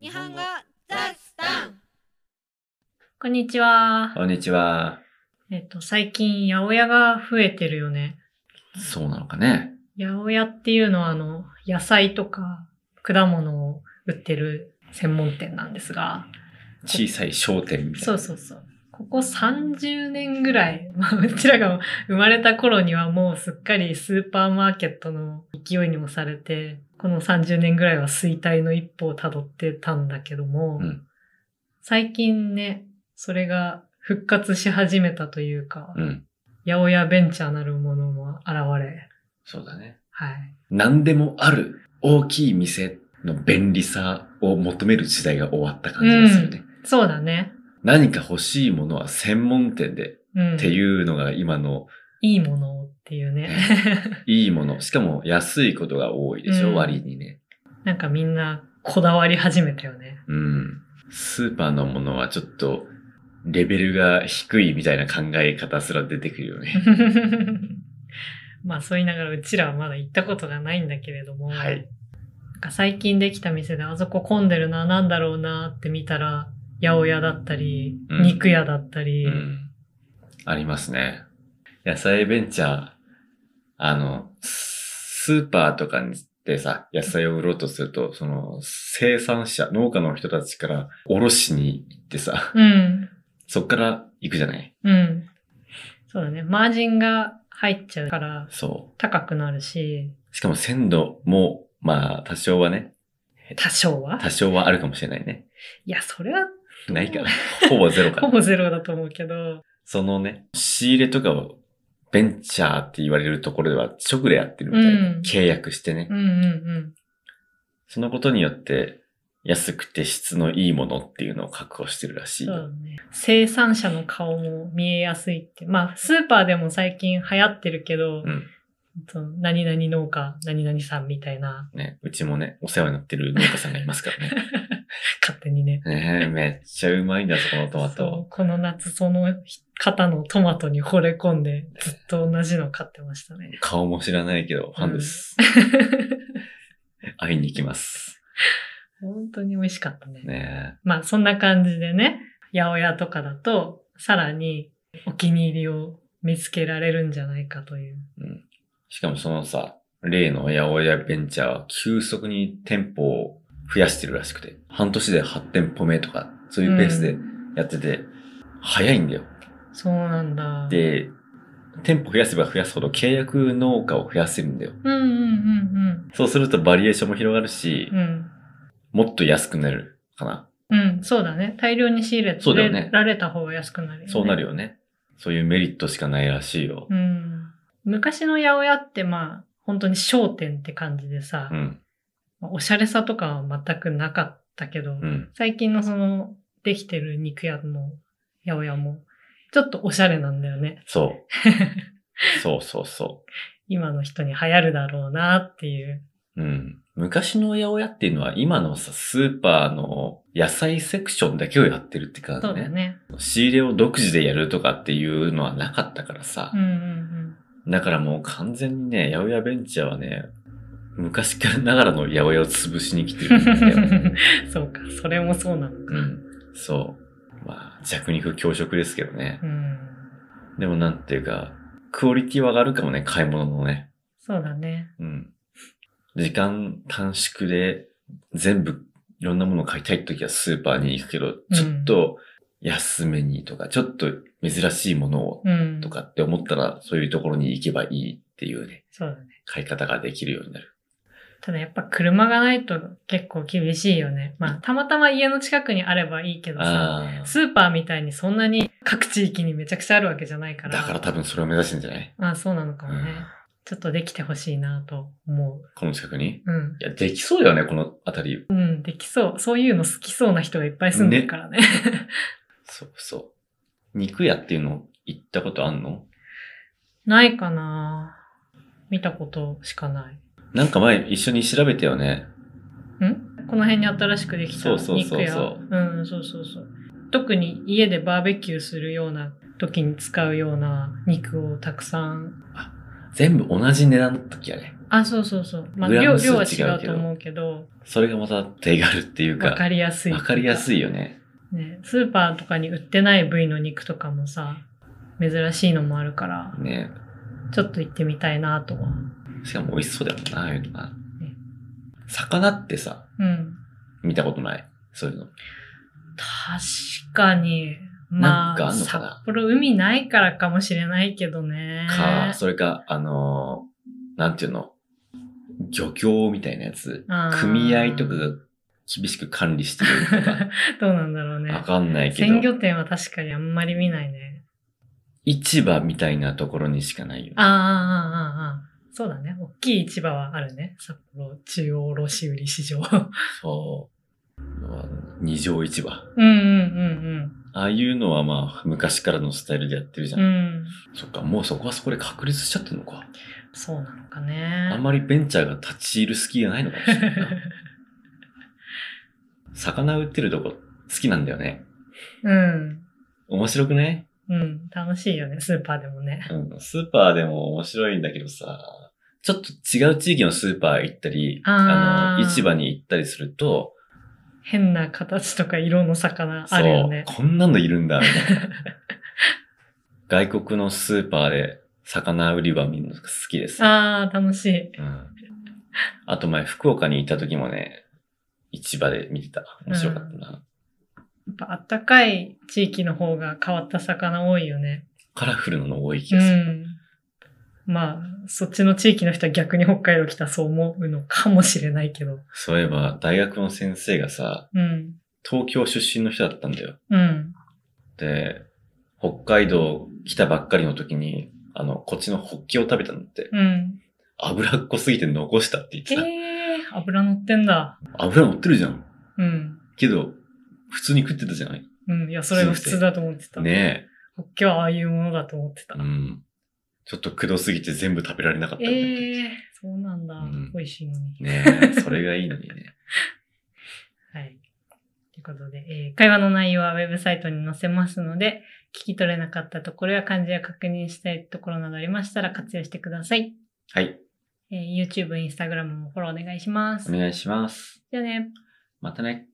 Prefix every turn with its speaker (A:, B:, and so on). A: 日本語ザスタン
B: こんにちは。
C: こんにちは。
B: えっと、最近、八百屋が増えてるよね。
C: そうなのかね。
B: 八百屋っていうのは、あの、野菜とか果物を売ってる専門店なんですが、
C: 小さい商店みたい
B: そ
C: な。
B: うそうそう。ここ30年ぐらい、 まあ、うちらが生まれた頃にはもうすっかりスーパーマーケットの勢いに押されて、この30年ぐらいは衰退の一歩を辿ってたんだけども、
C: うん
B: 最近ね、それが復活し始めたというか、
C: うん。
B: 八百屋ベンチャーなるものも現れ、
C: そうだね。
B: はい。
C: 何でもある大きい店の便利さを求める時代が終わった感じがするね。
B: そうだね。
C: 何か欲しいものは専門店で
B: うん。
C: って
B: う。
C: いうのが今の
B: いいものをっていうね。
C: いいもの。しかも安いことが多いでしょ、
B: うん
C: 割にね。
B: なんかみんなこだわり始めたよね。
C: うん。スーパーのものはちょっとレベルが低いみたいな考え方すら出てくるよね。
B: まあそう言いながらうちらはまだ行ったことがないんだけれども、
C: はい
B: なんか最近できた店であそこ混んでるな、なんだろうなって見たら、八百屋だったり、
C: うん
B: 肉屋だったり、
C: うん。ありますね。野菜ベンチャー、あの、スーパーとかにでさ、野菜を売ろうとすると、その、生産者、農家の人たちから、おろしに行ってさ、
B: うん、
C: そっから行くじゃない
B: うん。そうだね。マージンが入っちゃうから
C: そ
B: 高くなるし、
C: う。しかも鮮度も、まあ、多少はね、
B: 多少は
C: 多少はあるかもしれないね。
B: いや、それは
C: ない から、ほぼゼロか
B: ほ
C: ら。
B: ぼゼロだと思うけど、
C: そのね、仕入れとかを、ベンチャーって言われるところでは直でやってるみたいな。
B: うん
C: 契約してね。
B: うんうん
C: そのことによって、安くて質のいいものっていうのを確保してるら
B: う
C: し
B: ん。
C: い
B: そうだ
C: よ。
B: ね。生産者の顔も見えやすいって。まあ、スーパーでも最近流行ってるけど、
C: うん。
B: その何々農家、何々さんみたいな、
C: ね。うちもね、お世話になってる農家さんがいますからね。
B: 勝手にね。
C: ねえめっちゃうまいんだ、そこのトマ
B: そ
C: ト。
B: うこの夏、その方のトマトに惚れ込んで、ずっと同じの買ってましたね。
C: 顔も知らないけど、ファンです。 会いに行きます。
B: 本当に美味しかったね。
C: ね
B: まあ、そんな感じでね、八百屋とかだと、さらにお気に入りを見つけられるんじゃないかという。
C: え。うん。しかもそのさ、例の八百屋ベンチャーは急速に店舗を増やしてるらしくて、半年で8店舗目とか、そういうペースでやってて、早いんだよ。
B: そうなんだ。
C: で、店舗増やせば増やすほど契約農家を増やせるんだよ。
B: うんうんうん
C: そうするとバリエーションも広がるし、
B: うん。うん。
C: もっと安くなるかな。
B: うん、そうだね。大量に仕入れ
C: そうだよね
B: られた方が安くなるよね。
C: そうなるよね。そういうメリットしかないらしいよ。
B: うん。昔の八百屋ってまあ、本当に商店って感じでさ、
C: うん。
B: まあおしゃれさとかは全くなかったけど、
C: うん。
B: 最近のその、できてる肉屋も、八百屋も、ちょっとおしゃれなんだよね。
C: そう。 そうそうそ
B: 今の人に流行るだろうなっていう。
C: う。うん。昔の八百屋っていうのは今のさ、スーパーの野菜セクションだけをやってるって感じ
B: そうだ
C: ね。
B: ね。
C: 仕入れを独自でやるとかっていうのはなかったからさ。
B: うん うん
C: だからもう完全にね、八百屋ベンチャーはね、昔からながらの八百屋を潰しに来てるんだよ。
B: うん。 そうか、それもそうなのか。
C: うん。そう。まあ、弱肉強食ですけどね
B: う。ん。
C: でもなんていうか、クオリティは上がるかもね、買い物のね。
B: そうだね。
C: うん。時間短縮で全部いろんなものを買いたいときはスーパーに行くけど、ちょっと安めにとか、ちょっと珍しいものを
B: うん。
C: とかって思ったら、そういうところに行けばいいっていうね、
B: そうだね。
C: 買い方ができるようになる。
B: ただやっぱ車がないと結構厳しいよね。まあ、たまたま家の近くにあればいいけどさ、
C: あ
B: スーパーみたいにそんなに各地域にめちゃくちゃあるわけじゃないか
C: あ。
B: ら。
C: だから多分それを目指してんじゃない、
B: あそうなのかもね。
C: うん
B: ちょっとできてほしいなと思。
C: この近くにいう
B: うん。
C: や、できそうだよね、このあたり。
B: うん、できそう。そういうの好きそうな人がいっぱい住んでるからね。
C: そうそう。肉屋っていうの行ったことあんの
B: ないかな見たことしかない。
C: なんか前一緒に調べたよね。
B: んこの辺に新しくできた
C: そ
B: 肉
C: う
B: 屋。
C: そうそうそう
B: うん、そうそうそう。特に家でバーベキューするような時に使うような肉をたくさん
C: 全部同じ値段の時やね。
B: あ、そうそうそう。まあ、
C: グラ
B: 量
C: ム数
B: 量は
C: 違う
B: 違
C: けど
B: うと思うけど、
C: それがまた手軽っていう
B: わ
C: か、
B: かりやすい。
C: わかりやすいよね。
B: ね。スーパーとかに売ってない部位の肉とかもさ、珍しいのもあるから、
C: ね。
B: ちょっと行ってみたいなとは。
C: しかも美味しそうだよな、ああいうのな
B: ね。
C: 魚ってさ、
B: うん。
C: 見たことない。そういうの。
B: 確かに。
C: な
B: ま
C: んか
B: あ、
C: あんのか
B: 札
C: な
B: 幌海ないからかもしれないけどね。
C: か、それか、あのーなんていうの、漁協みたいなやつ。
B: あー
C: 組合とかが厳しく管理してるとか、
B: どうなんだろうね
C: わ。かんないけ
B: 鮮
C: ど、
B: 魚店は確かにあんまり見ないね。
C: 市場みたいなところにしかないよね
B: あ。あ、ああ、ああ。そうだね。大きい市場はあるね。札幌中央卸売市場。う
C: そう。まあ二条市場。
B: んうん
C: ああいうのはまあ、昔からのスタイルでやってるじゃ
B: うんうん。
C: ん。
B: うん。
C: そっか、もうそこはそこで確立しちゃってるのか。
B: そうなのかね。
C: あんまりベンチャーが立ち入る隙がないのかもしれない な。魚売ってるとこ好きなんだよね。
B: うん。
C: 面白くない
B: うん。楽しいよね。スーパーでもね。
C: うん、スーパーでも面白いんだけどさ、ちょっと違う地域のスーパー行ったり、
B: あー
C: の、市場に行ったりすると、
B: 変な形とか色の魚あるよね。
C: そう、こんなのいるん だ、みたいな。外国のスーパーで魚売り場見るのが好きです。
B: ああ、楽しい。
C: うん、あと前、福岡にいた時もね、市場で見てた。面白かったな。
B: やっぱあったかい地域の方が変わった魚多いよね。
C: カラフルなの多い気
B: う
C: がする。
B: ん。まあ、そっちの地域の人は逆に北海道来たらそう思うのかもしれないけど。
C: そういえば、大学の先生がさ、
B: うん。
C: 東京出身の人だったんだよ。
B: うん。
C: で、北海道来たばっかりの時に、あの、こっちのホッキを食べたのって、
B: うん。
C: 脂っこすぎて残したって言って
B: え
C: た。
B: えー、油乗ってんだ。
C: 油乗ってるじゃん。
B: うん。
C: けど、普通に食ってたじゃない
B: うん。いや、それが普通だと思ってた。
C: ね
B: ホッケはああいうものだと思ってた
C: え。う。ん。ちょっとくどすぎて全部食べられなかったんだって
B: ええー、そうなんだ。
C: うん
B: 美味しいのに。
C: ねえ、それがいいのにね。
B: はい。ということで、えー会話の内容はウェブサイトに載せますので、聞き取れなかったところや漢字や確認したいところなどありましたら活用してください。
C: はい、
B: えー YouTube、Instagram もフォローお願いします。
C: お願いします。
B: じゃあね。
C: またね。